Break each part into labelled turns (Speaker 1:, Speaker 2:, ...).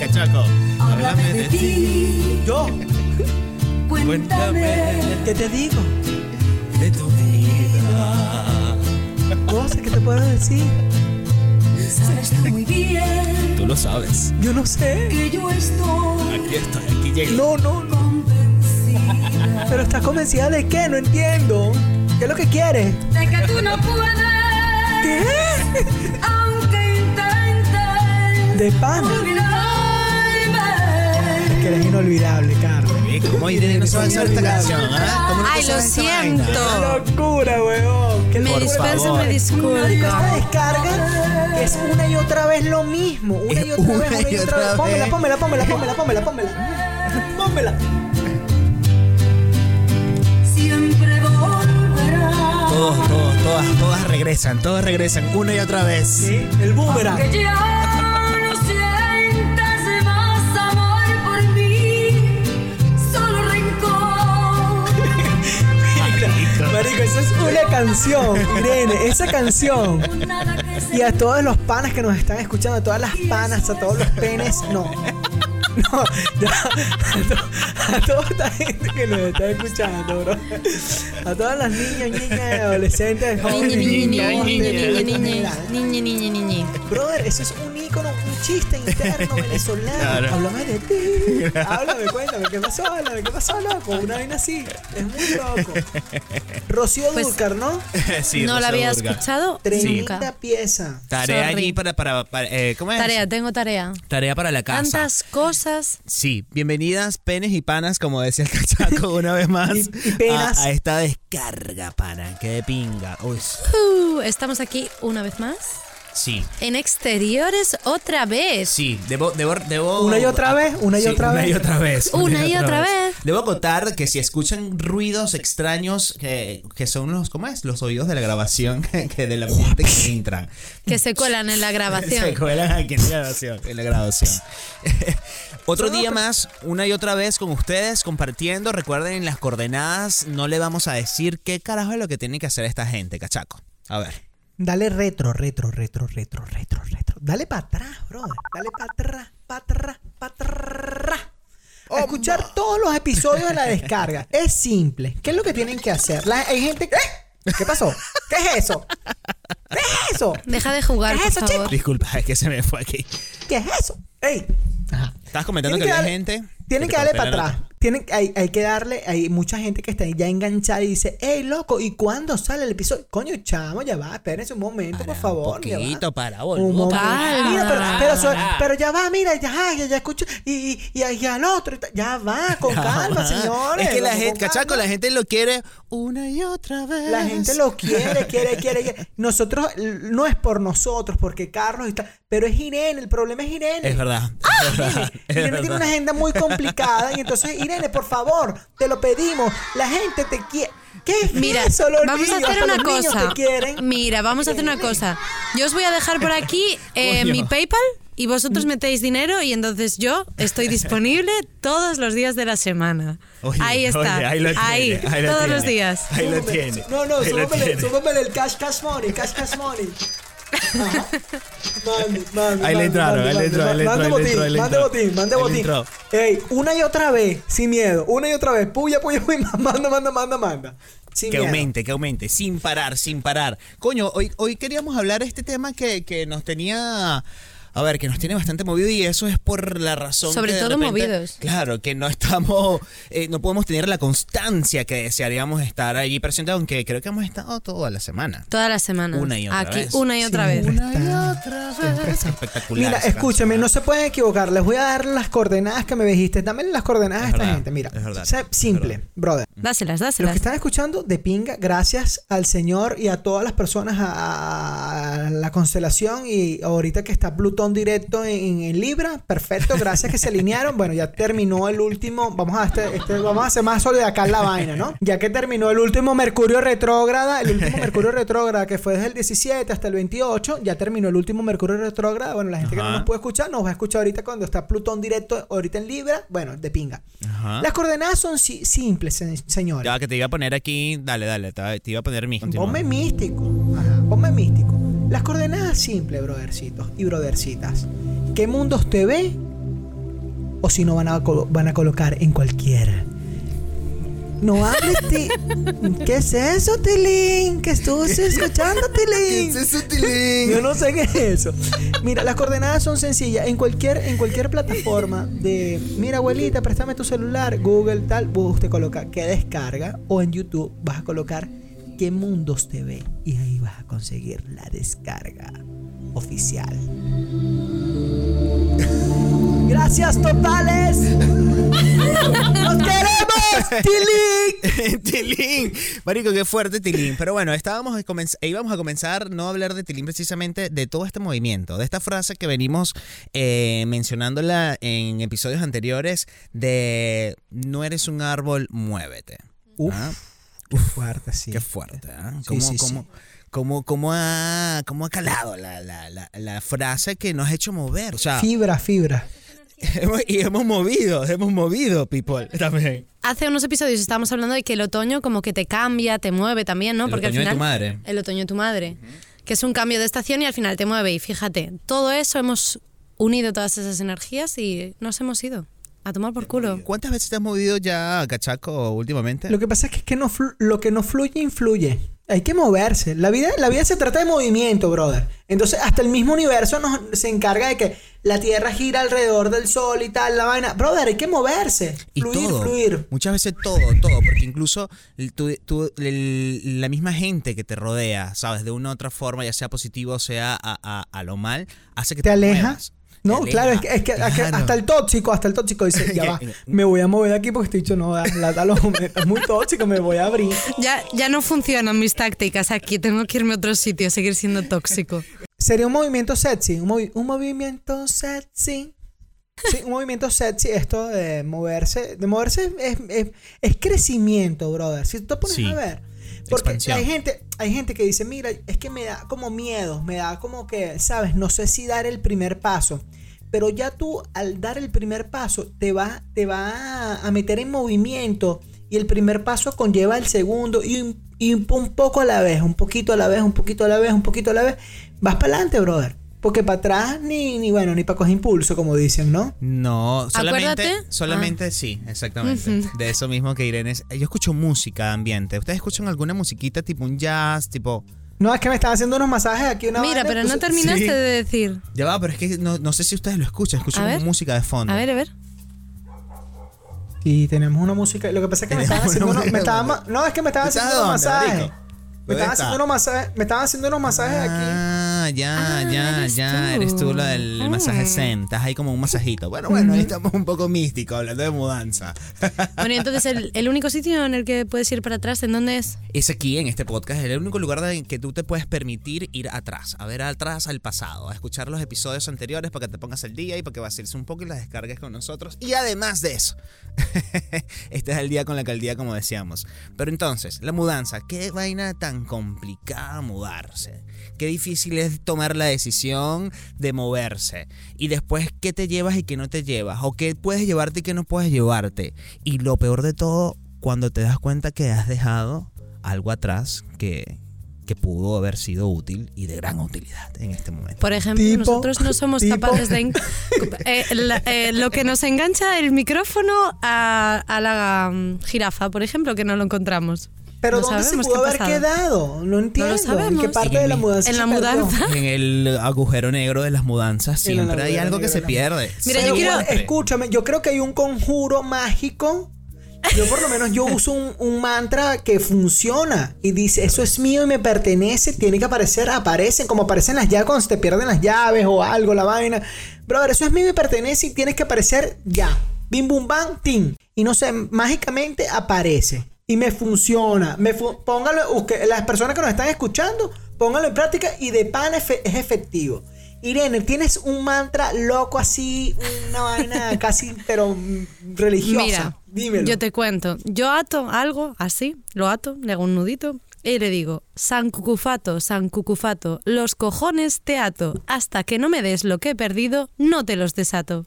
Speaker 1: Sandra Cobb.
Speaker 2: Háblame de ti.
Speaker 3: Yo,
Speaker 2: Cuéntame
Speaker 3: ¿qué te digo? De tu vida. Cosas que te puedo decir.
Speaker 2: Sabes tú muy bien
Speaker 1: Tú lo sabes.
Speaker 3: Yo no sé.
Speaker 2: que yo estoy
Speaker 1: Aquí estoy, aquí llegué.
Speaker 2: Oh,
Speaker 3: No, no, no.
Speaker 2: convencida
Speaker 3: Pero estás convencida de qué? No entiendo. ¿Qué es lo que quieres?
Speaker 2: de que tú no puedes,
Speaker 3: ¿Qué?
Speaker 2: aunque intentes
Speaker 3: De pana.
Speaker 2: olvidarme.
Speaker 3: Que eres inolvidable, Carmen.
Speaker 1: Eh, ¿Cómo Irene no sabe hacer esta canción? ah? ¿Cómo no te
Speaker 4: Ay, lo
Speaker 1: sabes esta vaina?
Speaker 3: ¡Qué
Speaker 4: siento.
Speaker 3: locura, weón! ¡Qué
Speaker 4: Me
Speaker 3: locura!
Speaker 4: dispensa,
Speaker 1: favor.
Speaker 4: me
Speaker 3: Esta
Speaker 4: disculpa.
Speaker 3: descarga es una y otra vez lo mismo. Una y
Speaker 1: Es
Speaker 3: otra vez, una y otra vez. Pómela, pómela, pómela, pómela, pómela, pómela. Pómela.
Speaker 2: Siempre volverá.
Speaker 1: Todos, todos, todas, todas regresan, todas regresan una y otra vez.
Speaker 3: Sí, el boomerang.
Speaker 2: Que ya no sientas más amor por mí, solo rencor.
Speaker 3: Marico, esa es una canción, Irene, esa canción.
Speaker 2: Nada que se
Speaker 3: Y a todos los panas que nos están escuchando, a todas las panas, a todos los penes, no. No, ya, a, to- a toda esta gente que nos está escuchando, bro. A todas las niñas, niñas, adolescentes, jóvenes.
Speaker 4: Niña, niña, niña, niña,
Speaker 3: adultos,
Speaker 4: niña,
Speaker 3: adultos.
Speaker 4: niña, niña, niña.
Speaker 3: Brother, eso es un ícono, un chiste interno venezolano.
Speaker 1: Claro.
Speaker 3: Háblame de ti. Háblame, cuéntame, ¿qué pasó? Háblame, ¿qué pasó, loco? Una vaina así. Es muy loco. Rocío
Speaker 4: Pues-
Speaker 3: Dúrcar, ¿no?
Speaker 1: Sí,
Speaker 4: No
Speaker 1: Rosa
Speaker 4: la había
Speaker 1: Burga.
Speaker 4: escuchado
Speaker 3: Tremenda
Speaker 4: nunca.
Speaker 3: pieza.
Speaker 1: Tarea
Speaker 4: Sorry.
Speaker 1: allí para, para, para, eh, ¿cómo es?
Speaker 4: Tarea, tengo tarea.
Speaker 1: Tarea para la casa.
Speaker 4: Tantas cosas.
Speaker 1: Sí, bienvenidas penes y panas, como decía el cachaco una vez más,
Speaker 3: Y- y penas.
Speaker 1: A, a esta descarga, pana, que de pinga. Uy,
Speaker 4: Uh, estamos aquí una vez más.
Speaker 1: sí,
Speaker 4: En exteriores otra vez.
Speaker 1: sí, debo, debo, debo-
Speaker 4: Oh.
Speaker 3: Una y otra vez, una y
Speaker 1: Sí,
Speaker 3: otra
Speaker 1: Una
Speaker 3: vez.
Speaker 1: y otra vez.
Speaker 4: Una y otra vez.
Speaker 1: Debo acotar que si escuchan ruidos extraños, que, que son los, ¿cómo es? Los oídos de la grabación, que, que del ambiente que entran.
Speaker 4: Que se colan en la
Speaker 1: Se
Speaker 4: grabación.
Speaker 1: cuelan aquí en la grabación. En la grabación. Otro día más, una y otra vez con ustedes, compartiendo. Recuerden las coordenadas. No le vamos a decir qué carajo es lo que tiene que hacer esta gente, cachaco. A ver.
Speaker 3: Dale retro, retro, retro, retro, retro, retro. Dale para atrás, brother. Dale para atrás, para atrás, para atrás. A escuchar todos los episodios de la descarga. Es simple. ¿Qué es lo que tienen que hacer? La- hay gente que... ¡Eh! ¿Qué pasó? ¿Qué es eso? ¿Qué es eso?
Speaker 4: Deja de jugar,
Speaker 3: ¿Qué
Speaker 4: por
Speaker 3: es eso,
Speaker 4: favor.
Speaker 1: Disculpa, es que se me fue aquí.
Speaker 3: ¿Qué es eso? ¡Ey! Ajá.
Speaker 1: Estabas comentando que
Speaker 3: Tienen
Speaker 1: había
Speaker 3: darle-
Speaker 1: gente.
Speaker 3: Tienen
Speaker 1: te
Speaker 3: que darle
Speaker 1: corté
Speaker 3: para
Speaker 1: la
Speaker 3: atrás.
Speaker 1: nota.
Speaker 3: Tienen, hay, hay que darle. Hay mucha gente que está ya enganchada y dice, hey, loco, ¿y cuándo sale el episodio? Coño, chamo, ya va, espérense un momento, por favor.
Speaker 1: Un
Speaker 3: ya va.
Speaker 1: poquito, para,
Speaker 3: Un
Speaker 1: boludo.
Speaker 3: momento. Ah,
Speaker 4: para,
Speaker 3: Mira, pero,
Speaker 4: para,
Speaker 3: pero, so-
Speaker 1: para.
Speaker 3: pero ya va, mira, ya, ya, ya escucho. Y, y, y, ahí al otro, y ta- ya va, con calma, señores.
Speaker 1: Es que la
Speaker 3: con
Speaker 1: gente,
Speaker 3: calma.
Speaker 1: cachaco, la gente lo quiere una y otra vez.
Speaker 3: La gente lo quiere, quiere, quiere, quiere. Nosotros, l- no es por nosotros, porque Carlos está. Pero es Irene, el problema es Irene.
Speaker 1: Es verdad. es verdad, es
Speaker 3: Irene tiene
Speaker 1: verdad.
Speaker 3: una agenda muy complicada y entonces Irene, por favor, te lo pedimos, la gente te quiere. ¿Qué es
Speaker 4: Mira,
Speaker 3: eso? Los
Speaker 4: vamos a
Speaker 3: niños,
Speaker 4: hacer
Speaker 3: hasta
Speaker 4: una
Speaker 3: los niños
Speaker 4: cosa.
Speaker 3: te quieren.
Speaker 4: Mira, vamos a hacer una cosa. Yo os voy a dejar por aquí eh,
Speaker 1: Coño.
Speaker 4: mi PayPal y vosotros metéis dinero y entonces yo estoy disponible todos los días de la semana.
Speaker 1: Oye,
Speaker 4: ahí está.
Speaker 1: oye, ahí lo tiene, ahí lo
Speaker 4: todos
Speaker 1: tiene.
Speaker 4: los días.
Speaker 1: Ahí lo
Speaker 3: Súbeme,
Speaker 1: tiene.
Speaker 3: No, no,
Speaker 1: ahí lo
Speaker 3: súbamele,
Speaker 1: tiene.
Speaker 3: súbamele el cash, cash money, cash, cash money. Ajá. Mande, mande,
Speaker 1: Ahí le
Speaker 3: mande,
Speaker 1: entraron,
Speaker 3: mande,
Speaker 1: ahí le entró,
Speaker 3: mande,
Speaker 1: ahí le entró, ahí
Speaker 3: mande
Speaker 1: le
Speaker 3: botín,
Speaker 1: entró, ahí le
Speaker 3: mande
Speaker 1: entró.
Speaker 3: botín, mande
Speaker 1: Ahí le
Speaker 3: botín.
Speaker 1: entró.
Speaker 3: Ey, una y otra vez, sin miedo, una y otra vez, puya, puya, puya, manda, manda, manda, manda. Sin
Speaker 1: Que
Speaker 3: miedo.
Speaker 1: aumente, que aumente, sin parar, sin parar. Coño, hoy, hoy queríamos hablar de este tema que, que nos tenía... A ver, que nos tiene bastante movido y eso es por la razón
Speaker 4: Sobre
Speaker 1: que de
Speaker 4: todo
Speaker 1: repente-
Speaker 4: movidos.
Speaker 1: Claro, que no estamos, eh, no podemos tener la constancia que desearíamos estar allí presente, aunque creo que hemos estado toda la semana.
Speaker 4: Todas las semanas.
Speaker 1: Una y otra
Speaker 4: aquí,
Speaker 1: vez.
Speaker 4: una y otra
Speaker 3: Sí.
Speaker 4: vez.
Speaker 1: Una y otra vez. Espectacular.
Speaker 3: Mira,
Speaker 1: esa
Speaker 3: escúchame,
Speaker 1: canción.
Speaker 3: no se pueden equivocar. Les voy a dar las coordenadas que me dijiste. Dame las coordenadas a esta
Speaker 1: verdad,
Speaker 3: gente. Mira,
Speaker 1: es verdad,
Speaker 3: o sea,
Speaker 1: es
Speaker 3: simple,
Speaker 1: verdad.
Speaker 3: brother.
Speaker 4: Dáselas,
Speaker 3: Los
Speaker 4: dáselas.
Speaker 3: que están escuchando de pinga, gracias al Señor y a todas las personas, a, a la constelación y ahorita que está Plutón directo en, en Libra, perfecto, gracias que se alinearon. Bueno, ya terminó el último, vamos a, este, este- vamos a hacer más sólido acá la vaina, ¿no? Ya que terminó el último Mercurio retrógrada, el último Mercurio retrógrada que fue desde el 17 hasta el 28, ya terminó el último Mercurio retrógrada. Bueno, la gente que
Speaker 1: Ajá.
Speaker 3: no nos puede escuchar nos va a escuchar ahorita cuando está Plutón directo ahorita en Libra, bueno, de pinga.
Speaker 1: Ajá.
Speaker 3: Las coordenadas son si- simples, se- señores.
Speaker 1: Ya va, que te iba a poner aquí, dale, dale, te te iba a poner mi.
Speaker 3: Ponme místico. Ajá, ponme místico. Las coordenadas simples, brothercitos y brothercitas. ¿Qué mundos te ve? o si no van a, colo- van a colocar en cualquier. No hables, Ti- ¿Qué es eso, Tilín? ¿Qué estás escuchando, Tilín? Yo no sé qué es eso. Mira, las coordenadas son sencillas. En cualquier, en cualquier plataforma de, mira abuelita, préstame tu celular, Google tal, bu- usted coloca que descarga o en YouTube vas a colocar qué mundos te ve y ahí vas a conseguir la descarga oficial. Gracias totales. Nos queremos, Tilín.
Speaker 1: Tilín. Marico, qué fuerte Tilín. Pero bueno, estábamos a comenz- e íbamos a comenzar no a hablar de Tilín precisamente de todo este movimiento, de esta frase que venimos eh, mencionándola en episodios anteriores de no eres un árbol, muévete.
Speaker 3: Uf,
Speaker 1: Ah,
Speaker 3: qué fuerte, sí.
Speaker 1: Qué fuerte, ¿ah?
Speaker 3: Sí,
Speaker 1: ¿Cómo,
Speaker 3: sí, sí.
Speaker 1: cómo, cómo- cómo ha, cómo ha calado la, la- la- la frase que nos ha hecho mover? O sea,
Speaker 3: Fibra, fibra.
Speaker 1: hemos- y hemos movido, hemos movido, people, también.
Speaker 4: Hace unos episodios estábamos hablando de que el otoño como que te cambia, te mueve también, ¿no?
Speaker 1: El
Speaker 4: Porque
Speaker 1: otoño de
Speaker 4: al
Speaker 1: tu
Speaker 4: final,
Speaker 1: madre.
Speaker 4: El otoño de tu madre. Que es un cambio de estación y al final te mueve. Y fíjate, todo eso hemos unido todas esas energías y nos hemos ido. A tomar por culo.
Speaker 1: ¿Cuántas veces te has movido ya, cachaco, últimamente?
Speaker 3: Lo que pasa es que, es que no flu- lo que no fluye, influye. Hay que moverse. La vida, la vida se trata de movimiento, brother. Entonces, hasta el mismo universo nos, se encarga de que la Tierra gira alrededor del Sol y tal, la vaina. Brother, hay que moverse.
Speaker 1: y
Speaker 3: fluir,
Speaker 1: todo,
Speaker 3: fluir.
Speaker 1: muchas veces todo, todo, porque incluso el- tú- tú- el- la misma gente que te rodea, sabes, de una u otra forma, ya sea positivo o sea a, a- a lo mal, hace que
Speaker 3: ¿Te aleja?
Speaker 1: muevas. Te
Speaker 3: No,
Speaker 1: aleja,
Speaker 3: claro, es que, es que- es que
Speaker 1: claro.
Speaker 3: hasta el tóxico, hasta el tóxico dice, ya va,
Speaker 1: Que-
Speaker 3: me voy a mover de aquí porque estoy dicho, no, la, la- lo- es muy tóxico, me voy a abrir.
Speaker 4: Ya, ya no funcionan mis tácticas aquí. Tengo que irme a otro sitio, seguir siendo tóxico.
Speaker 3: Sería un movimiento sexy, un, movi- un movimiento sexy. Sí, un movimiento sexy, esto de moverse. De moverse es, es- es crecimiento, brother. Si tú te pones
Speaker 1: Sí.
Speaker 3: a ver. Porque
Speaker 1: Expansión.
Speaker 3: hay gente, hay gente que dice, mira, es que me da como miedo, me da como que, ¿sabes? No sé si dar el primer paso. Pero ya tú al dar el primer paso te va, te va a meter en movimiento y el primer paso conlleva el segundo y, un- y un, un poco a la vez, un poquito a la vez, un poquito a la vez, un poquito a la vez. Vas para adelante, brother. Porque para atrás ni, ni bueno, ni para coger impulso, como dicen, ¿no?
Speaker 1: No, solamente,
Speaker 4: Acuérdate. Ah.
Speaker 1: solamente sí, exactamente. De eso mismo que Irene. es- Yo escucho música de ambiente. ¿Ustedes escuchan alguna musiquita tipo un jazz, tipo?
Speaker 3: No, es que me están haciendo unos masajes aquí una
Speaker 4: Mira,
Speaker 3: vaina,
Speaker 4: pero no
Speaker 3: entonces-
Speaker 4: terminaste
Speaker 1: pues, sí.
Speaker 4: de decir.
Speaker 1: Ya va, pero es que no, no sé si ustedes lo escuchan. Escucho
Speaker 4: A
Speaker 1: como
Speaker 4: ver.
Speaker 1: música de fondo.
Speaker 4: A ver, a ver.
Speaker 3: Y tenemos una música. Lo que pasa es que me estaban
Speaker 1: Tenemos
Speaker 3: haciendo
Speaker 1: una
Speaker 3: unos, me
Speaker 1: música.
Speaker 3: estaban ma- Ah, No, es que me estaban
Speaker 1: ¿Estás
Speaker 3: haciendo unos
Speaker 1: dónde,
Speaker 3: masajes.
Speaker 1: marico? ¿Dónde
Speaker 3: Me
Speaker 1: está?
Speaker 3: estaban haciendo unos masajes. Me estaban haciendo unos masajes aquí.
Speaker 1: Ah, ya,
Speaker 4: Ah,
Speaker 1: ya,
Speaker 4: eres
Speaker 1: ya.
Speaker 4: tú.
Speaker 1: Eres tú la del
Speaker 4: Ah.
Speaker 1: masaje Zen. Estás ahí como un masajito. Bueno, bueno, ahí estamos un poco místicos hablando de mudanza.
Speaker 4: Bueno, y entonces el, el único sitio en el que puedes ir para atrás, ¿en dónde es?
Speaker 1: es aquí, en este podcast, el único lugar en que tú te puedes permitir ir atrás, a ver atrás al pasado, a escuchar los episodios anteriores para que te pongas al día y para que vaciles un poco y las descargues con nosotros. Y además de eso, este es el día con la alcaldía, como decíamos. Pero entonces, la mudanza, qué vaina tan complicada mudarse. Qué difícil es tomar la decisión de moverse. Y después, ¿qué te llevas y qué no te llevas? ¿O qué puedes llevarte y qué no puedes llevarte? Y lo peor de todo, cuando te das cuenta que has dejado algo atrás que, que pudo haber sido útil y de gran utilidad en este momento.
Speaker 3: Pues,
Speaker 4: Por ejemplo,
Speaker 3: Tipo,
Speaker 4: nosotros no somos
Speaker 3: tipo.
Speaker 4: capaces de... en- Eh, la- eh, lo que nos engancha el micrófono a, a la mm, jirafa, por ejemplo, que no lo encontramos.
Speaker 3: Pero
Speaker 4: No
Speaker 3: ¿dónde se
Speaker 4: sabemos
Speaker 3: pudo
Speaker 4: qué
Speaker 3: haber
Speaker 4: pasado.
Speaker 3: quedado? No entiendo. ¿En
Speaker 4: sabemos.
Speaker 3: qué parte de la mudanza?
Speaker 4: En la
Speaker 3: se perdió?
Speaker 4: mudanza.
Speaker 1: En el agujero negro de las mudanzas
Speaker 3: En el
Speaker 1: siempre hay
Speaker 3: agujero
Speaker 1: algo que
Speaker 3: negro
Speaker 1: se
Speaker 3: de las
Speaker 1: pierde.
Speaker 4: Mira, yo
Speaker 3: Pero
Speaker 4: quiero-
Speaker 3: bueno, Escúchame, yo creo que hay un conjuro mágico. Yo por lo menos yo uso un, un mantra que funciona y dice, eso es mío y me pertenece, tiene que aparecer, aparecen, como aparecen las llaves cuando se te pierden las llaves o algo, la vaina. Brother, eso es mío y me pertenece y tienes que aparecer ya. Bim bum bam, tin. Y no sé, mágicamente aparece. Y me funciona. Me fu- póngalo, usted- las personas que nos están escuchando, pónganlo en práctica y de pan efe- es efectivo. Irene, tienes un mantra loco así, una vaina casi, pero mm, religiosa.
Speaker 4: Mira,
Speaker 3: Dímelo.
Speaker 4: yo te cuento. Yo ato algo así, lo ato, le hago un nudito y le digo, San Cucufato, San Cucufato, los cojones te ato. Hasta que no me des lo que he perdido, no te los desato.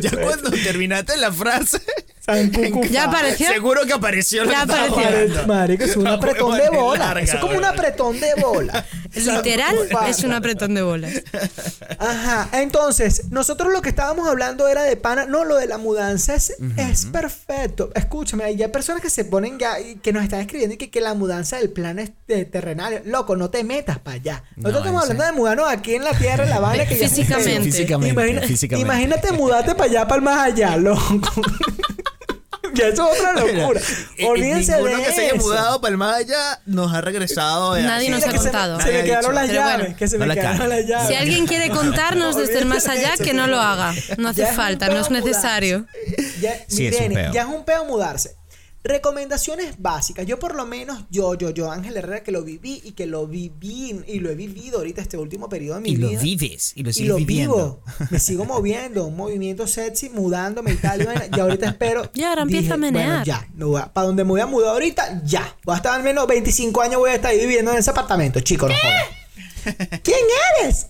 Speaker 1: Ya cuando terminaste la frase,
Speaker 3: San Cucu.
Speaker 4: Ya apareció.
Speaker 1: Seguro que apareció. lo
Speaker 4: Ya
Speaker 1: que estaba
Speaker 4: apareció.
Speaker 1: hablando.
Speaker 3: Marico, es un
Speaker 1: Una
Speaker 3: apretón
Speaker 1: huevona
Speaker 3: de
Speaker 1: muy
Speaker 3: bola.
Speaker 1: larga,
Speaker 3: Eso es como un
Speaker 1: huevona.
Speaker 3: apretón de bola.
Speaker 4: Literal
Speaker 3: Cufato.
Speaker 4: es un apretón de bolas.
Speaker 3: Ajá, entonces, nosotros lo que estábamos hablando era de pana, no, lo de la mudanza es, es perfecto. Escúchame, hay ya personas que se ponen ya, y que nos están escribiendo y que, que la mudanza del plano es de- terrenal. Loco, no te metas para allá. Nosotros
Speaker 1: No,
Speaker 3: estamos
Speaker 1: en
Speaker 3: hablando de mudarnos aquí en la tierra, en la vaina que ya-
Speaker 4: Físicamente.
Speaker 1: Físicamente.
Speaker 3: Imagina-
Speaker 1: físicamente.
Speaker 3: Imagínate mudarte para allá, para el más allá, loco. ya eso es otra locura.
Speaker 1: Y- y
Speaker 3: Olvídense de
Speaker 1: eh, ninguno que se haya
Speaker 3: eso.
Speaker 1: mudado para el más allá nos ha regresado. de así.
Speaker 4: Nadie nos
Speaker 3: Mira,
Speaker 4: ha
Speaker 3: que se me-
Speaker 4: contado.
Speaker 3: Se,
Speaker 1: Nadie
Speaker 3: me
Speaker 1: ha
Speaker 3: quedaron
Speaker 1: dicho.
Speaker 3: las
Speaker 4: Pero
Speaker 3: llaves,
Speaker 4: bueno.
Speaker 3: que se
Speaker 1: No
Speaker 3: me
Speaker 1: la
Speaker 3: quedaron
Speaker 1: cagues.
Speaker 3: las llaves.
Speaker 4: Si alguien quiere contarnos desde el más allá, que no lo haga. No hace
Speaker 3: Ya es un
Speaker 4: falta, no es
Speaker 3: peo mudarse.
Speaker 4: necesario.
Speaker 3: Ya,
Speaker 1: Sí, es un
Speaker 3: Irene,
Speaker 1: peo.
Speaker 3: ya es un peo mudarse. Recomendaciones básicas. Yo por lo menos, yo, yo, yo, Ángel Herrera, que lo viví y que lo viví y lo he vivido ahorita este último periodo de mi
Speaker 1: Y
Speaker 3: vida.
Speaker 1: lo vives. Y lo
Speaker 3: y
Speaker 1: sigues
Speaker 3: lo
Speaker 1: viviendo.
Speaker 3: vivo. Me sigo moviendo, un movimiento sexy, mudándome y tal. Y, bueno, y ahorita espero.
Speaker 4: Ya, ahora empieza a menear.
Speaker 3: ya, no voy a- para donde me voy a mudar ahorita, ya. Voy a estar al menos 25 años, voy a estar ahí viviendo en ese apartamento, chico, no jodas. ¿Quién eres?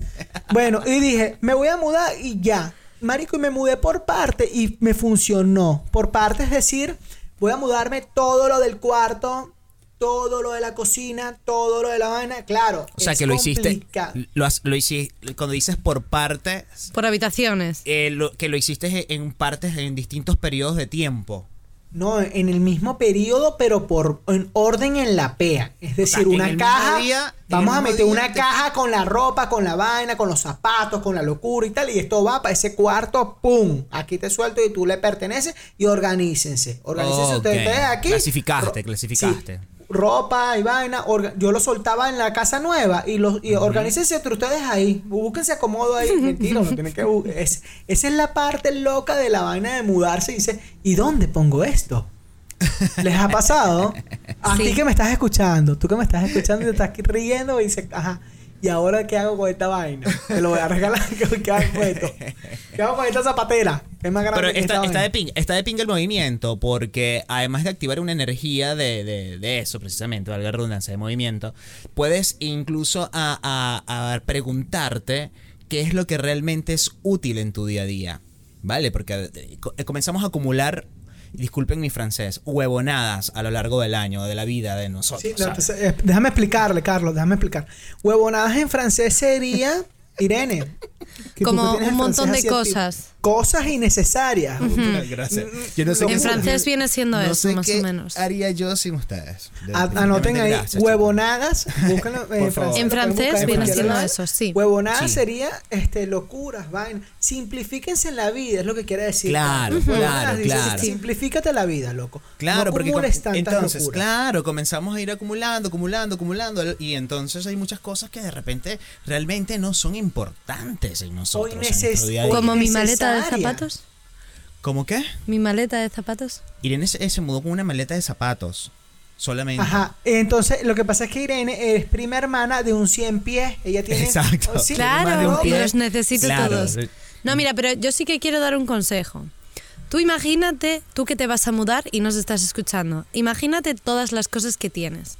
Speaker 3: Bueno, y dije, me voy a mudar y ya. Marico, y me mudé por parte y me funcionó. Por parte es decir, voy a mudarme todo lo del cuarto, todo lo de la cocina, todo lo de la vaina. Claro.
Speaker 1: O sea,
Speaker 3: es
Speaker 1: que lo hiciste.
Speaker 3: complicado.
Speaker 1: Lo, has- lo hiciste. Cuando dices por parte,
Speaker 4: Por habitaciones.
Speaker 1: eh, lo- que lo hiciste en partes en distintos periodos de tiempo.
Speaker 3: No, en el mismo periodo, pero por en orden en la pea. Es decir,
Speaker 1: en el
Speaker 3: una
Speaker 1: mismo
Speaker 3: caja.
Speaker 1: día- en
Speaker 3: vamos
Speaker 1: el
Speaker 3: a
Speaker 1: mismo
Speaker 3: meter
Speaker 1: día
Speaker 3: una
Speaker 1: te-
Speaker 3: caja con la ropa, con la vaina, con los zapatos, con la locura y tal. Y esto va para ese cuarto, ¡pum! Aquí te suelto y tú le perteneces y organícense. Organícense
Speaker 1: Ok.
Speaker 3: ustedes ustedes aquí.
Speaker 1: Clasificaste,
Speaker 3: Ro-
Speaker 1: clasificaste.
Speaker 3: sí, Ropa y vaina, orga- yo lo soltaba en la casa nueva y los y organícense entre ustedes ahí, búsquense acomodo ahí, mentira, no tienen que bu- es- esa es la parte loca de la vaina de mudarse y dice, ¿y dónde pongo esto? ¿Les ha pasado? A
Speaker 4: Sí.
Speaker 3: ti que me estás escuchando, tú que me estás escuchando y te estás riendo y dices, ajá, ¿y ahora qué hago con esta vaina? Te lo voy a regalar, ¿qué hago con esto? ¿Qué hago con esta zapatera? Es más grande
Speaker 1: Pero
Speaker 3: que
Speaker 1: está,
Speaker 3: esta
Speaker 1: está
Speaker 3: vaina.
Speaker 1: de ping, está de pinga el movimiento, porque además de activar una energía de, de- de eso, precisamente, valga la redundancia, de movimiento, puedes incluso a, a- a preguntarte qué es lo que realmente es útil en tu día a día. ¿Vale? Porque eh, co- eh, comenzamos a acumular, disculpen mi francés, huevonadas a lo largo del año, de la vida de nosotros.
Speaker 3: Sí, no,
Speaker 1: ¿sabes?
Speaker 3: entonces, eh, déjame explicarle, Carlos, déjame explicar. Huevonadas en francés sería, Irene. que tú
Speaker 4: Como
Speaker 3: que tienes
Speaker 4: un
Speaker 3: el
Speaker 4: montón
Speaker 3: francés así
Speaker 4: de
Speaker 3: activo.
Speaker 4: cosas.
Speaker 3: Cosas innecesarias. Mm,
Speaker 1: Gracias. Yo no sé
Speaker 3: En
Speaker 1: qué-
Speaker 4: francés viene siendo
Speaker 1: no
Speaker 4: eso,
Speaker 1: sé
Speaker 4: más o
Speaker 1: qué
Speaker 4: menos.
Speaker 1: haría yo sin ustedes?
Speaker 3: A- Anoten ahí,
Speaker 1: Gracias,
Speaker 3: huevonadas, búsquenlo eh,
Speaker 1: favor.
Speaker 3: en francés. lo
Speaker 4: En
Speaker 3: pueden
Speaker 4: francés
Speaker 3: buscar en
Speaker 1: viene
Speaker 3: cualquier
Speaker 1: siendo
Speaker 3: lado.
Speaker 4: eso, sí.
Speaker 3: Huevonadas
Speaker 1: Sí.
Speaker 3: sería este, locuras, vainas. Simplifíquense en la vida, es lo que quiere decir.
Speaker 1: Claro, Ujú. claro,
Speaker 3: Huevonadas, dice,
Speaker 1: claro.
Speaker 3: Simplifícate la vida, loco.
Speaker 1: Claro,
Speaker 3: no
Speaker 1: porque com-
Speaker 3: acumules tantas
Speaker 1: entonces,
Speaker 3: locuras.
Speaker 1: claro, comenzamos a ir acumulando, acumulando, acumulando y entonces hay muchas cosas que de repente realmente no son importantes en nosotros. en nuestro
Speaker 3: neces-
Speaker 1: día a día.
Speaker 4: Como mi maleta de
Speaker 3: innecesaria.
Speaker 4: zapatos.
Speaker 1: ¿Cómo qué?
Speaker 4: Mi maleta de zapatos.
Speaker 1: Irene se, se mudó con una maleta de zapatos solamente.
Speaker 3: Ajá, entonces lo que pasa es que Irene es prima hermana de un 100 pies. Ella tiene.
Speaker 1: Exacto.
Speaker 3: Oh, sí.
Speaker 1: más de un
Speaker 4: Claro,
Speaker 1: pie.
Speaker 4: los necesito
Speaker 1: Claro.
Speaker 4: todos. No, mira, pero yo sí que quiero dar un consejo. Tú imagínate, tú que te vas a mudar y nos estás escuchando, imagínate todas las cosas que tienes.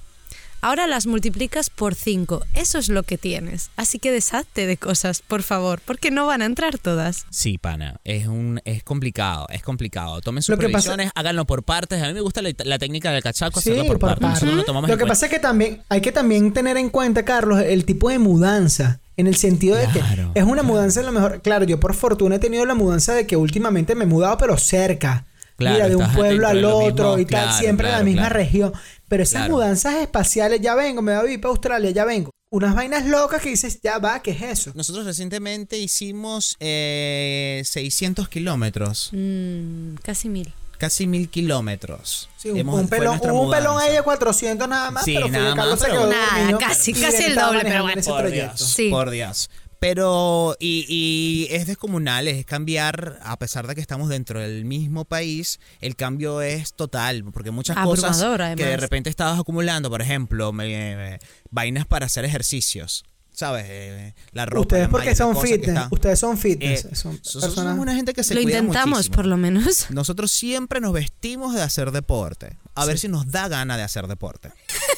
Speaker 4: Ahora las multiplicas por 5, eso es lo que tienes. Así que deshazte de cosas, por favor, porque no van a entrar todas.
Speaker 1: Sí, pana, es un es complicado, es complicado. Tomen sus
Speaker 3: Lo que pasa-
Speaker 1: previsiones, háganlo por partes. A mí me gusta la, la técnica del cachaco,
Speaker 3: Sí,
Speaker 1: hacerlo por,
Speaker 3: por
Speaker 1: partes.
Speaker 3: partes.
Speaker 1: Nosotros lo tomamos
Speaker 3: Lo
Speaker 1: en
Speaker 3: que
Speaker 1: cuenta.
Speaker 3: pasa es que también hay que también tener en cuenta, Carlos, el tipo de mudanza. En el sentido de
Speaker 1: Claro,
Speaker 3: que es una mudanza a lo mejor. Claro, yo por fortuna he tenido la mudanza de que últimamente me he mudado, pero cerca.
Speaker 1: Claro,
Speaker 3: Mira, de un
Speaker 1: estás dentro
Speaker 3: pueblo
Speaker 1: de
Speaker 3: al
Speaker 1: lo
Speaker 3: otro
Speaker 1: mismo,
Speaker 3: y tal,
Speaker 1: claro,
Speaker 3: siempre en la
Speaker 1: claro,
Speaker 3: misma
Speaker 1: claro.
Speaker 3: región. Pero esas
Speaker 1: Claro.
Speaker 3: mudanzas espaciales, ya vengo, me voy a vivir para Australia, ya vengo. Unas vainas locas que dices, ya va, ¿qué es eso?
Speaker 1: Nosotros recientemente hicimos eh, 600 kilómetros,
Speaker 4: Mm, casi mil.
Speaker 1: casi mil kilómetros.
Speaker 3: Sí, un,
Speaker 1: Hemos-
Speaker 3: un
Speaker 1: fue
Speaker 3: pelón,
Speaker 1: nuestra
Speaker 3: hubo un
Speaker 1: mudanza.
Speaker 3: pelón ahí de 400 nada más,
Speaker 1: Sí,
Speaker 3: pero Fidel
Speaker 1: nada más,
Speaker 3: Carlos se
Speaker 1: pero-
Speaker 3: quedó
Speaker 4: Nada,
Speaker 3: dormido
Speaker 4: casi-
Speaker 3: y
Speaker 4: casi
Speaker 3: él
Speaker 4: el
Speaker 3: estaba
Speaker 4: doble, pero
Speaker 3: manejando
Speaker 4: bueno.
Speaker 3: en ese
Speaker 1: Por
Speaker 3: trayecto.
Speaker 1: Dios,
Speaker 4: Sí.
Speaker 1: por Dios. Pero, y, y es descomunal, es cambiar, a pesar de que estamos dentro del mismo país, el cambio es total, porque muchas cosas
Speaker 4: Abrumador,
Speaker 1: que de
Speaker 4: además.
Speaker 1: repente estabas acumulando, por ejemplo, me- me- vainas para hacer ejercicios, ¿sabes? Eh, La ropa.
Speaker 3: Ustedes
Speaker 1: la
Speaker 3: porque
Speaker 1: malla,
Speaker 3: son
Speaker 1: cosas que
Speaker 3: fitness,
Speaker 1: están-
Speaker 3: ustedes son
Speaker 1: Eh,
Speaker 3: fitness, son
Speaker 1: nosotros
Speaker 3: personas
Speaker 1: somos una gente que se
Speaker 4: lo
Speaker 1: cuida
Speaker 4: intentamos,
Speaker 1: muchísimo.
Speaker 4: por lo menos.
Speaker 1: Nosotros siempre nos vestimos de hacer deporte. A ver si nos da gana de hacer deporte.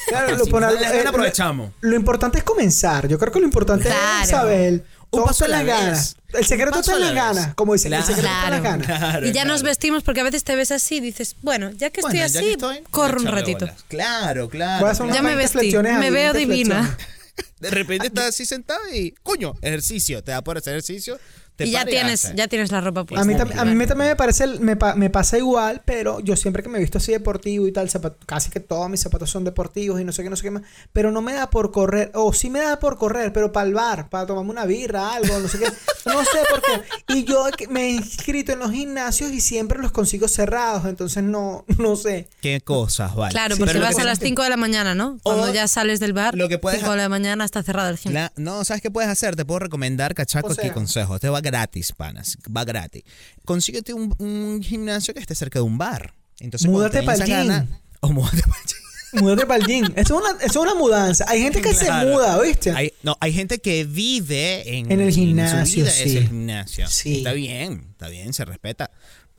Speaker 3: Claro, lo,
Speaker 1: Sí,
Speaker 3: pone-
Speaker 1: entonces,
Speaker 3: eh,
Speaker 1: lo aprovechamos.
Speaker 3: Lo importante es comenzar. Yo creo que lo importante
Speaker 4: Claro.
Speaker 3: es saber.
Speaker 1: Un
Speaker 3: Todo
Speaker 1: paso
Speaker 3: está en
Speaker 1: a
Speaker 3: las
Speaker 1: la
Speaker 3: ganas.
Speaker 1: vez.
Speaker 3: El secreto
Speaker 1: Un paso
Speaker 3: está en
Speaker 1: a
Speaker 3: las
Speaker 1: la vez.
Speaker 3: ganas, como dicen. El
Speaker 1: Claro.
Speaker 3: secreto está en las
Speaker 4: Claro.
Speaker 3: ganas.
Speaker 1: Claro,
Speaker 4: y ya
Speaker 1: claro.
Speaker 4: nos vestimos porque a veces te ves así y dices, bueno, ya que estoy
Speaker 1: Bueno, ya
Speaker 4: así,
Speaker 1: que estoy,
Speaker 4: corro un
Speaker 1: echarle
Speaker 4: ratito.
Speaker 1: bolas. Claro,
Speaker 3: Voy a
Speaker 1: claro.
Speaker 3: hacer
Speaker 1: claro.
Speaker 3: unas
Speaker 4: Ya me Ah,
Speaker 3: 20
Speaker 4: vestí,
Speaker 3: flexiones
Speaker 4: me
Speaker 3: ahí,
Speaker 4: veo
Speaker 3: 20
Speaker 4: divina.
Speaker 3: flexiones.
Speaker 1: De repente estás así sentado y, coño, ejercicio. Te da por hacer ejercicio. Te
Speaker 4: Y ya
Speaker 1: paras
Speaker 4: tienes,
Speaker 1: haces.
Speaker 4: ya tienes la ropa puesta.
Speaker 3: A mí,
Speaker 1: Muy
Speaker 3: tam- a mí me- también me parece, me, pa- me pasa igual, pero yo siempre que me he visto así deportivo y tal, zapat- casi que todos mis zapatos son deportivos y no sé qué, no sé qué más, pero no me da por correr, o sí me da por correr, pero para el bar, para tomarme una birra, algo, no sé qué, no sé por qué. Y yo que me he inscrito en los gimnasios y siempre los consigo cerrados, entonces no, no sé.
Speaker 1: Qué cosas, vale.
Speaker 4: Claro,
Speaker 1: Sí,
Speaker 4: porque
Speaker 1: pero lo
Speaker 4: vas
Speaker 1: que
Speaker 4: a las
Speaker 1: tienes-
Speaker 4: 5 de la mañana, ¿no? Cuando
Speaker 1: O
Speaker 4: ya sales del bar,
Speaker 1: lo que puedes
Speaker 4: 5 de la mañana está cerrado el gimnasio.
Speaker 1: La- no, ¿sabes qué puedes hacer? Te puedo recomendar, cachaco,
Speaker 3: O sea-
Speaker 1: aquí consejos. Te va gratis, panas. Va gratis. Consíguete un, un gimnasio que esté cerca de un bar. Entonces, cuando
Speaker 3: Múdate
Speaker 1: te den
Speaker 3: pa'l
Speaker 1: esa
Speaker 3: gym.
Speaker 1: gana- o múdate pa'l gym.
Speaker 3: Múdate para el gym. Eso es una, eso es una mudanza. Hay gente que
Speaker 1: Claro.
Speaker 3: se muda, ¿viste?
Speaker 1: Hay, no, hay gente que vive en,
Speaker 3: En el
Speaker 1: su
Speaker 3: gimnasio,
Speaker 1: vida es
Speaker 3: sí.
Speaker 1: el gimnasio.
Speaker 3: Sí.
Speaker 1: Está bien, está bien, se respeta.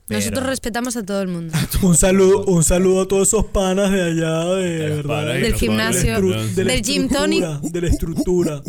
Speaker 1: Pero-
Speaker 4: Nosotros respetamos a todo el mundo.
Speaker 3: Un saludo, un saludo a todos esos panas de allá, de,
Speaker 1: panas
Speaker 4: Del gimnasio, del gym tonic.
Speaker 3: De la estructura.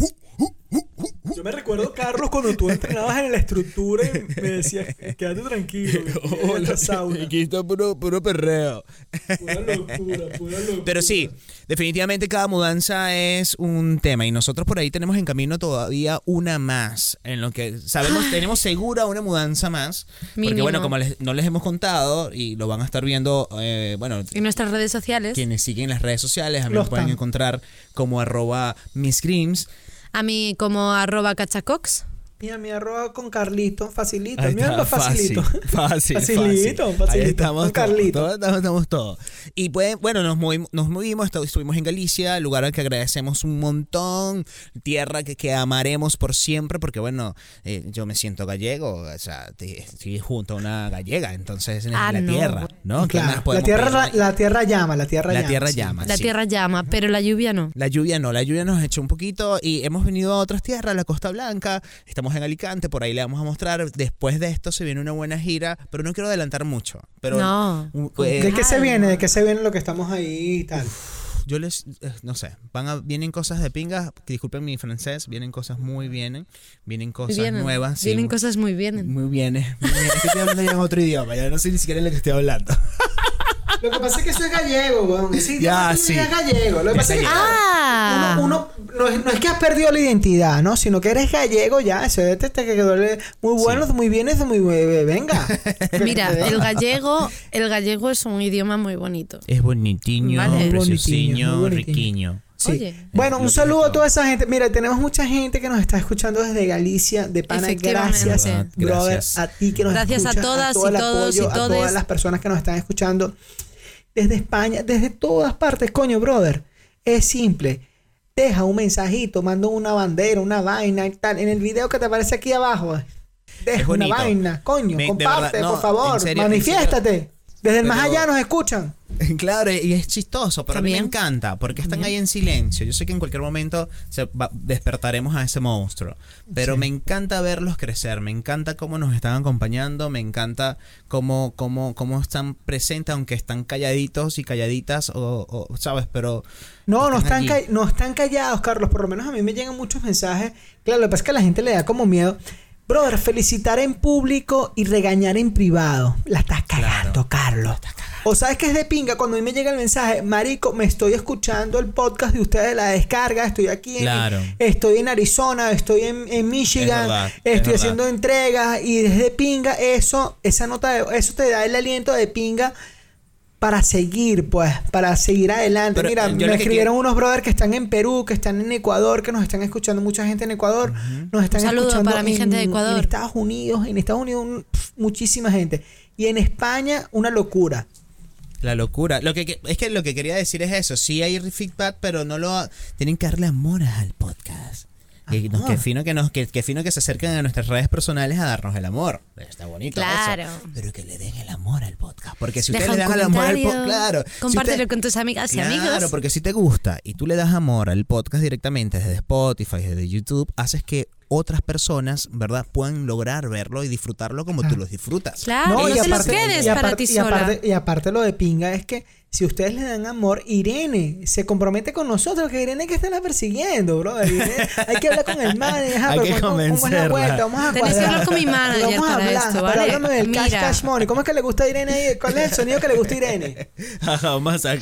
Speaker 3: Yo me recuerdo, Carlos, cuando tú entrenabas en la estructura y me decías, quédate tranquilo.
Speaker 1: Hola,
Speaker 3: Hola, sauna.
Speaker 1: aquí está puro, puro perreo.
Speaker 3: Pura locura, pura locura.
Speaker 1: Pero sí, definitivamente cada mudanza es un tema y nosotros por ahí tenemos en camino todavía una más, en lo que sabemos, tenemos segura una mudanza más, porque
Speaker 4: Ah. Mínimo.
Speaker 1: bueno, como les- no les hemos contado y lo van a estar viendo, eh, bueno,
Speaker 4: En nuestras redes sociales,
Speaker 1: quienes siguen las redes sociales, a mí
Speaker 3: Los
Speaker 1: me pueden
Speaker 3: tan.
Speaker 1: encontrar como arroba miscreams.
Speaker 4: a mí como arroba cachacox.
Speaker 3: Mira, mi arroba con Carlito, facilito.
Speaker 1: Ahí
Speaker 3: Mira
Speaker 1: está,
Speaker 3: lo facilito.
Speaker 1: Fácil, fácil.
Speaker 3: Facilito,
Speaker 1: fácil.
Speaker 3: facilito,
Speaker 1: Ahí estamos todos,
Speaker 3: con Carlito.
Speaker 1: todos, estamos, estamos todos. Y pueden, bueno, nos movimos, nos movimos, estu- estuvimos en Galicia, lugar al que agradecemos un montón, tierra que, que amaremos por siempre, porque bueno, eh, yo me siento gallego, o sea, te- estoy junto a una gallega, entonces en
Speaker 4: Ah,
Speaker 1: la
Speaker 4: no.
Speaker 1: tierra, ¿no? ¿Qué más
Speaker 3: Claro, la
Speaker 1: podemos
Speaker 3: tierra,
Speaker 1: pedir?
Speaker 3: la, la tierra llama, la tierra
Speaker 1: La
Speaker 3: llama.
Speaker 1: tierra
Speaker 3: sí.
Speaker 1: llama.
Speaker 4: La
Speaker 1: Ah, sí.
Speaker 4: tierra llama, pero la lluvia no.
Speaker 1: La lluvia no, la lluvia nos echó un poquito y hemos venido a otras tierras, a la Costa Blanca, estamos en Alicante, por ahí le vamos a mostrar. Después de esto se viene una buena gira, pero no quiero adelantar mucho. Pero
Speaker 4: No.
Speaker 1: u-
Speaker 3: ¿De
Speaker 1: eh,
Speaker 3: qué se viene? ¿De qué se viene lo que estamos ahí y tal?
Speaker 1: yo les, eh, no sé, van a, vienen cosas de pingas, disculpen mi francés, vienen cosas muy vienen, vienen cosas
Speaker 4: Vienen,
Speaker 1: nuevas. sí,
Speaker 4: vienen
Speaker 1: muy-
Speaker 4: cosas muy bien.
Speaker 1: Muy bienes. muy bienes. Estoy hablando ya en otro idioma, ya no sé ni siquiera en lo que estoy hablando.
Speaker 3: Lo que pasa es que eso es gallego, weón. Sí,
Speaker 1: Ya,
Speaker 3: ya,
Speaker 1: sí.
Speaker 3: sí. Es gallego. Lo que
Speaker 1: Es
Speaker 3: pasa es que
Speaker 1: gallego.
Speaker 4: Ah,
Speaker 3: uno, uno- no, es, no es que has perdido la identidad, ¿no? Sino que eres gallego ya. Eso es te, te quedó le- muy bueno, muy bien, eso muy bebé. Venga.
Speaker 4: mira, el gallego, el gallego es un idioma muy bonito.
Speaker 1: Es bonitinho,
Speaker 4: Vale.
Speaker 3: Bonitinho,
Speaker 1: preciosiño,
Speaker 3: muy bonitinho.
Speaker 1: riquiño.
Speaker 3: Sí.
Speaker 4: Oye.
Speaker 3: Bueno,
Speaker 1: Lo
Speaker 3: un
Speaker 1: que
Speaker 3: saludo
Speaker 1: yo
Speaker 3: a toda esa gente. Mira, tenemos mucha gente que nos está escuchando desde Galicia, de pana.
Speaker 4: Efectivamente.
Speaker 3: Gracias,
Speaker 1: Verdad,
Speaker 3: brother,
Speaker 1: gracias.
Speaker 3: a ti que nos
Speaker 4: Gracias a
Speaker 3: escuchas,
Speaker 4: todas
Speaker 3: todo
Speaker 4: y
Speaker 3: el
Speaker 4: todos y
Speaker 3: apoyo, a
Speaker 4: todes.
Speaker 3: todas las personas que nos están escuchando desde España, desde todas partes, coño, brother. Es simple. Deja un mensajito, manda una bandera, una vaina y tal. En el video que te aparece aquí abajo.
Speaker 1: Es
Speaker 3: Deja una
Speaker 1: bonito.
Speaker 3: vaina, coño.
Speaker 1: Me- de
Speaker 3: comparte,
Speaker 1: verdad, no,
Speaker 3: por favor.
Speaker 1: en serio, en
Speaker 3: manifiéstate. Desde el más
Speaker 1: Pero-
Speaker 3: allá nos escuchan.
Speaker 1: Claro, y es chistoso, pero a mí
Speaker 4: También.
Speaker 1: me encanta, porque están ahí en silencio. Yo sé que en cualquier momento se va- despertaremos a ese monstruo, pero me encanta verlos crecer, me encanta cómo nos están acompañando, me encanta cómo, cómo, cómo están presentes, aunque están calladitos y calladitas, o, o, ¿sabes? Pero...
Speaker 3: No, no están,
Speaker 1: allí.
Speaker 3: ca- no están callados, Carlos. Por lo menos a mí me llegan muchos mensajes. Claro, lo que pasa es que a la gente le da como miedo. Brother, felicitar en público y regañar en privado. La estás cagando, Carlos. O sabes que es de pinga cuando a mí me llega el mensaje, Marico, me estoy escuchando el podcast de ustedes de la descarga, estoy aquí, en,
Speaker 1: Claro.
Speaker 3: estoy en Arizona, estoy en, en Michigan,
Speaker 1: Es verdad, es
Speaker 3: estoy
Speaker 1: verdad.
Speaker 3: haciendo entregas y desde pinga eso, esa nota, de- eso te da el aliento de pinga para seguir, pues, para seguir adelante.
Speaker 1: Pero,
Speaker 3: Mira,
Speaker 1: eh, yo lo
Speaker 3: me
Speaker 1: que
Speaker 3: escribieron unos brothers que están en Perú, que están en Ecuador, que nos están escuchando mucha gente en Ecuador, nos están
Speaker 4: Un saludo
Speaker 3: escuchando
Speaker 4: para mi
Speaker 3: en-
Speaker 4: gente de
Speaker 3: en
Speaker 4: Ecuador.
Speaker 3: Estados Unidos, en Estados Unidos un- pf, muchísima gente y en España una locura.
Speaker 1: La locura. Lo que, que- es que lo que quería decir es eso. Sí hay feedback, pero no lo... Tienen que darle amor al podcast. Que, nos-
Speaker 3: Amor.
Speaker 1: que fino que nos que, que fino que se acerquen a nuestras redes personales a darnos el amor. Está bonito eso.
Speaker 4: Claro.
Speaker 1: Pero que le den el amor al podcast. Porque si
Speaker 4: Deja
Speaker 1: ustedes le
Speaker 4: un
Speaker 1: dan el amor al
Speaker 4: comentario,
Speaker 1: podcast, claro. Si
Speaker 4: compártelo
Speaker 1: usted-
Speaker 4: con tus amigas y amigos.
Speaker 1: Claro, porque si te gusta y tú le das amor al podcast directamente desde Spotify, desde YouTube, haces que otras personas, ¿verdad?, puedan lograr verlo y disfrutarlo como tú los disfrutas.
Speaker 4: Claro, no,
Speaker 1: Ellos
Speaker 4: te los
Speaker 1: se-
Speaker 4: quedes
Speaker 3: y
Speaker 4: para
Speaker 3: aparte-
Speaker 4: ti
Speaker 3: y aparte-
Speaker 4: sola.
Speaker 3: y aparte lo de pinga es que si ustedes le dan amor, Irene se compromete con nosotros, que Irene hay que estarla persiguiendo, brother. Irene, hay que hablar con el manager, ah,
Speaker 1: Hay
Speaker 3: pero
Speaker 1: que
Speaker 3: ¿cómo- cómo es la
Speaker 1: convencerla.
Speaker 3: vuelta? Vamos a
Speaker 4: Tenés que
Speaker 3: cuadrar.
Speaker 4: hablar con mi manager
Speaker 3: Vamos a
Speaker 4: para
Speaker 3: hablar,
Speaker 4: esto,
Speaker 3: para
Speaker 4: ¿vale?
Speaker 3: hablarnos del cash,
Speaker 4: Mira.
Speaker 3: cash money. ¿Cómo es que le gusta a Irene ahí? ¿Cuál es el sonido que le gusta a Irene?
Speaker 1: Ajá, vamos a-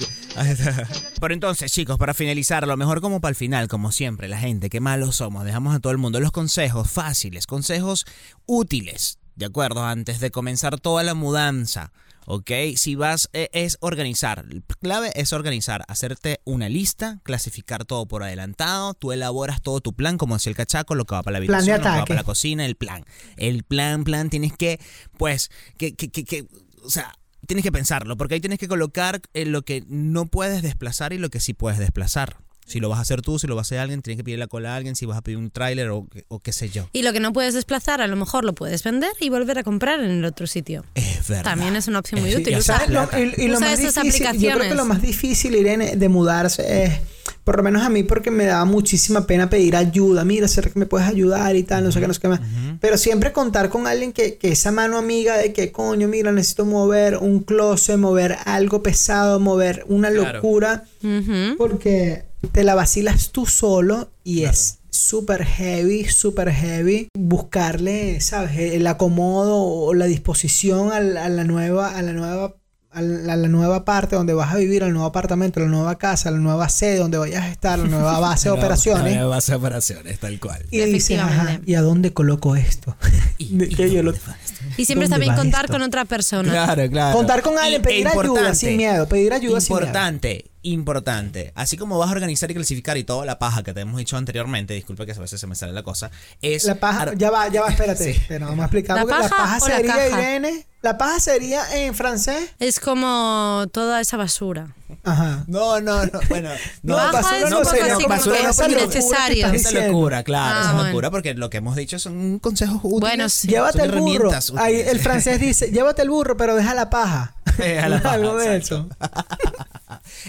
Speaker 1: Pero entonces, chicos, para finalizar, lo mejor como para el final, como siempre, la gente, qué malos somos, dejamos a todo el mundo los consejos fáciles, consejos útiles, ¿de acuerdo? Antes de comenzar toda la mudanza, ¿ok? Si vas, eh, es organizar, la clave es organizar, hacerte una lista, clasificar todo por adelantado, tú elaboras todo tu plan, como decía el cachaco, lo que va para la
Speaker 3: Plan de
Speaker 1: habitación, lo que va
Speaker 3: ataque.
Speaker 1: para la cocina, el plan. El plan, plan, tienes que, pues, que, que, que, que- o sea, tienes que pensarlo, porque ahí tienes que colocar eh, lo que no puedes desplazar y lo que sí puedes desplazar. Si lo vas a hacer tú, si lo va a hacer alguien, tienes que pedir la cola a alguien, si vas a pedir un tráiler o, o qué sé yo.
Speaker 4: Y lo que no puedes desplazar, a lo mejor lo puedes vender y volver a comprar en el otro sitio.
Speaker 1: Es verdad. Eh,
Speaker 4: También es una opción muy
Speaker 1: Sí,
Speaker 4: útil.
Speaker 1: ya
Speaker 4: usar-
Speaker 1: sabes,
Speaker 3: Lo- y, y lo
Speaker 4: Usa
Speaker 3: más difícil,
Speaker 4: esas
Speaker 3: yo creo que
Speaker 4: aplicaciones.
Speaker 3: lo más difícil, Irene, de mudarse es, por lo menos a mí, porque me daba muchísima pena pedir ayuda. Mira, será que me puedes ayudar y tal, no sé qué, no sé qué más. Pero siempre contar con alguien que, que esa mano amiga de que, coño, mira, necesito mover un closet, mover algo pesado, mover una
Speaker 1: Claro.
Speaker 3: locura,
Speaker 4: Ujú.
Speaker 3: porque te la vacilas tú solo y es súper heavy, súper heavy buscarle, ¿sabes? E-, El acomodo o la disposición a la, a la nueva, a la nueva a la, a la nueva parte donde vas a vivir, al nuevo apartamento, a la nueva casa, a la nueva sede donde vayas a estar, a la nueva base de operaciones.
Speaker 1: Ahora vas a operaciones, tal cual.
Speaker 3: Y dices, ajá,
Speaker 4: Efectivamente.
Speaker 3: ¿y a dónde coloco esto?
Speaker 1: ¿Y-
Speaker 3: ¿De
Speaker 1: y
Speaker 3: qué yo lo-
Speaker 1: dónde vas?
Speaker 4: Y siempre está
Speaker 3: ¿Dónde
Speaker 4: bien
Speaker 3: va
Speaker 4: contar
Speaker 3: esto?
Speaker 4: con otra persona.
Speaker 1: Claro, claro.
Speaker 3: Contar con alguien,
Speaker 1: Y-
Speaker 3: pedir
Speaker 1: e
Speaker 3: ayuda
Speaker 1: importante,
Speaker 3: sin miedo, pedir ayuda sin miedo.
Speaker 1: Importante, importante. Así como vas a organizar y clasificar y toda la paja que te hemos dicho anteriormente, disculpa que a veces se me sale la cosa, es...
Speaker 3: La paja,
Speaker 1: ar-
Speaker 3: ya va, ya va, espérate. Pero vamos a explicar.
Speaker 4: ¿La
Speaker 3: porque la
Speaker 4: paja
Speaker 3: paja
Speaker 4: o la
Speaker 3: sería,
Speaker 4: caja?
Speaker 3: Irene. La paja sería en francés.
Speaker 4: Es como toda esa basura.
Speaker 3: Ajá.
Speaker 1: No, no, no, bueno, no,
Speaker 4: Baja
Speaker 1: basura
Speaker 4: es
Speaker 1: no,
Speaker 4: un poco
Speaker 1: pero-
Speaker 4: así como
Speaker 1: basura
Speaker 4: que
Speaker 1: no,
Speaker 4: es
Speaker 1: pero-
Speaker 4: innecesario.
Speaker 1: Esa
Speaker 3: Esa
Speaker 1: locura, claro,
Speaker 4: Ah,
Speaker 1: esa
Speaker 4: bueno.
Speaker 1: locura, porque lo que hemos dicho son consejos útiles.
Speaker 4: Bueno, sí.
Speaker 3: Llévate
Speaker 1: son
Speaker 3: el burro.
Speaker 1: herramientas útiles.
Speaker 3: Ahí, el francés dice, llévate el burro, pero deja la paja.
Speaker 1: Deja la paja,
Speaker 3: Algo de eso.
Speaker 1: exacto.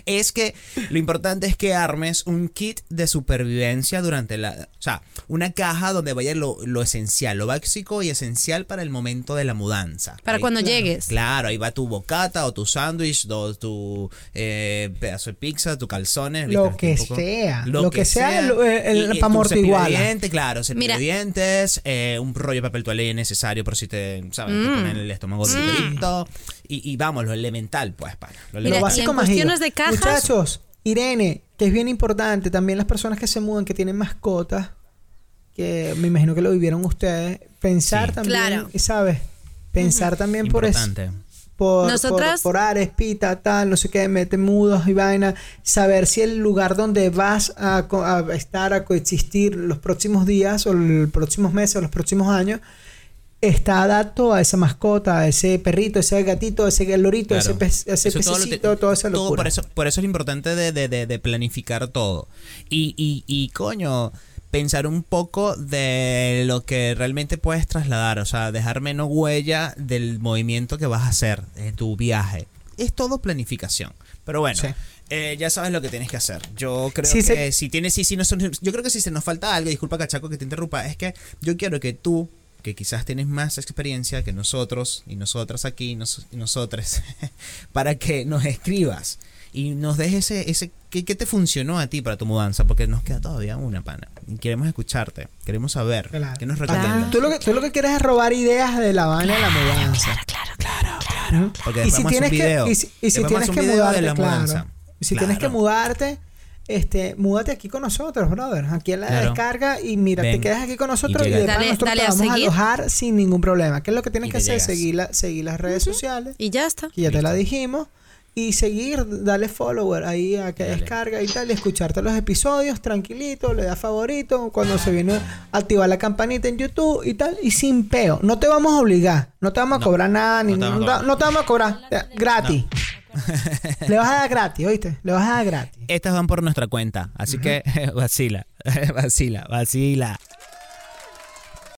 Speaker 1: es que lo importante es que armes un kit de supervivencia durante la... O sea, una caja donde vaya lo, lo esencial, lo básico y esencial para el momento de la mudanza.
Speaker 4: Para
Speaker 1: Ahí-
Speaker 4: cuando llegues.
Speaker 1: Claro, ahí va tu bocata o tu sándwich, o tu eh, pedazo de pizza, tu calzones.
Speaker 3: Lo
Speaker 1: ¿viste?
Speaker 3: que
Speaker 1: Un poco-
Speaker 3: sea, lo que sea, lo- eh, el-
Speaker 1: Y- y
Speaker 3: el- pa'
Speaker 1: tu cepillo de
Speaker 3: amortiguarla.
Speaker 1: dientes, claro, cepillo
Speaker 4: Mira.
Speaker 1: de dientes, eh, un rollo de papel toalé necesario por si te, ¿sabes?
Speaker 4: Mm.
Speaker 1: Te ponen el estómago durito. Y, y vamos, lo elemental, pues, para. Lo
Speaker 3: Lo
Speaker 4: Mira,
Speaker 1: elemental.
Speaker 4: y
Speaker 3: básico
Speaker 4: en
Speaker 3: más
Speaker 4: cuestiones
Speaker 3: ido.
Speaker 4: de cajas-
Speaker 3: Muchachos, Irene, que es bien importante, también las personas que se mudan, que tienen mascotas, que me imagino que lo vivieron ustedes, pensar
Speaker 1: Sí.
Speaker 3: también,
Speaker 4: Claro.
Speaker 3: ¿sabes? Pensar también por eso.
Speaker 1: Importante.
Speaker 3: por,
Speaker 4: Nosotras-
Speaker 3: por, por Ares, Pita, tal, no sé qué, mete mudos y vaina, saber si el lugar donde vas a, co- a estar, a coexistir los próximos días o los próximos meses o los próximos años, está adapto a esa mascota, a ese perrito, a ese gatito, a ese lorito, a ese,
Speaker 1: Claro.
Speaker 3: pez- a ese
Speaker 1: Eso todo lo
Speaker 3: pececito,
Speaker 1: te-
Speaker 3: toda esa
Speaker 1: todo,
Speaker 3: locura.
Speaker 1: por, eso, por eso es lo importante de, de- de- de planificar todo. Y, y, y, coño, pensar un poco de lo que realmente puedes trasladar, o sea, dejar menos huella del movimiento que vas a hacer en tu viaje. Es todo planificación. Pero bueno.
Speaker 3: Sí.
Speaker 1: eh, ya sabes lo que tienes que hacer. Yo creo
Speaker 3: Sí,
Speaker 1: que
Speaker 3: se-
Speaker 1: si tienes, si, si no, son- yo creo que si se nos falta algo, disculpa cachaco que te interrumpa, es que yo quiero que tú, que quizás tienes más experiencia que nosotros y nosotras aquí, y nos, y nosotres, para que nos escribas y nos dejes ese, ese ¿qué, qué te funcionó a ti para tu mudanza, porque nos queda todavía una pana. Y queremos escucharte, queremos saber
Speaker 3: Claro.
Speaker 1: qué nos
Speaker 4: Claro.
Speaker 1: recomiendas.
Speaker 3: Ah. Tú lo, que, tú lo que quieres es robar ideas de la Habana a la mudanza.
Speaker 1: Porque
Speaker 3: y
Speaker 1: después
Speaker 3: si
Speaker 1: vamos a hacer un
Speaker 3: tienes
Speaker 1: video.
Speaker 3: que y si, y si
Speaker 1: Después vamos a
Speaker 3: tienes
Speaker 1: hacer
Speaker 3: que
Speaker 1: un video
Speaker 3: mudarte
Speaker 1: de la
Speaker 3: claro.
Speaker 1: mudanza.
Speaker 3: Y si tienes que
Speaker 1: Claro.
Speaker 3: mudarte este múdate aquí con nosotros brother aquí en la
Speaker 1: Claro.
Speaker 3: descarga y mira te
Speaker 1: Ven.
Speaker 3: quedas aquí con nosotros
Speaker 1: Y
Speaker 3: y,
Speaker 1: llega.
Speaker 3: de pana
Speaker 4: Dale-
Speaker 3: nosotros
Speaker 4: dale
Speaker 3: te
Speaker 4: a
Speaker 3: vamos a
Speaker 4: seguir.
Speaker 3: alojar sin ningún problema qué es lo que tienes
Speaker 1: Y te
Speaker 3: que hacer
Speaker 1: llegas.
Speaker 3: seguir, la- seguir las redes sociales
Speaker 4: Y ya está.
Speaker 3: que ya te la
Speaker 1: Listo.
Speaker 3: dijimos y seguir dale follower ahí a que
Speaker 1: Dale.
Speaker 3: descarga y tal y escucharte los episodios tranquilito le das favorito cuando se viene activar la campanita en YouTube y tal y sin peo no te vamos a obligar no te vamos a
Speaker 1: No.
Speaker 3: cobrar nada ni
Speaker 1: No te vamos a
Speaker 3: no te-
Speaker 1: cobrar.
Speaker 3: no te vamos a cobrar eh, gratis le vas a dar gratis, ¿oíste? Le vas a dar gratis.
Speaker 1: Estas van por nuestra cuenta, así que vacila, vacila, vacila.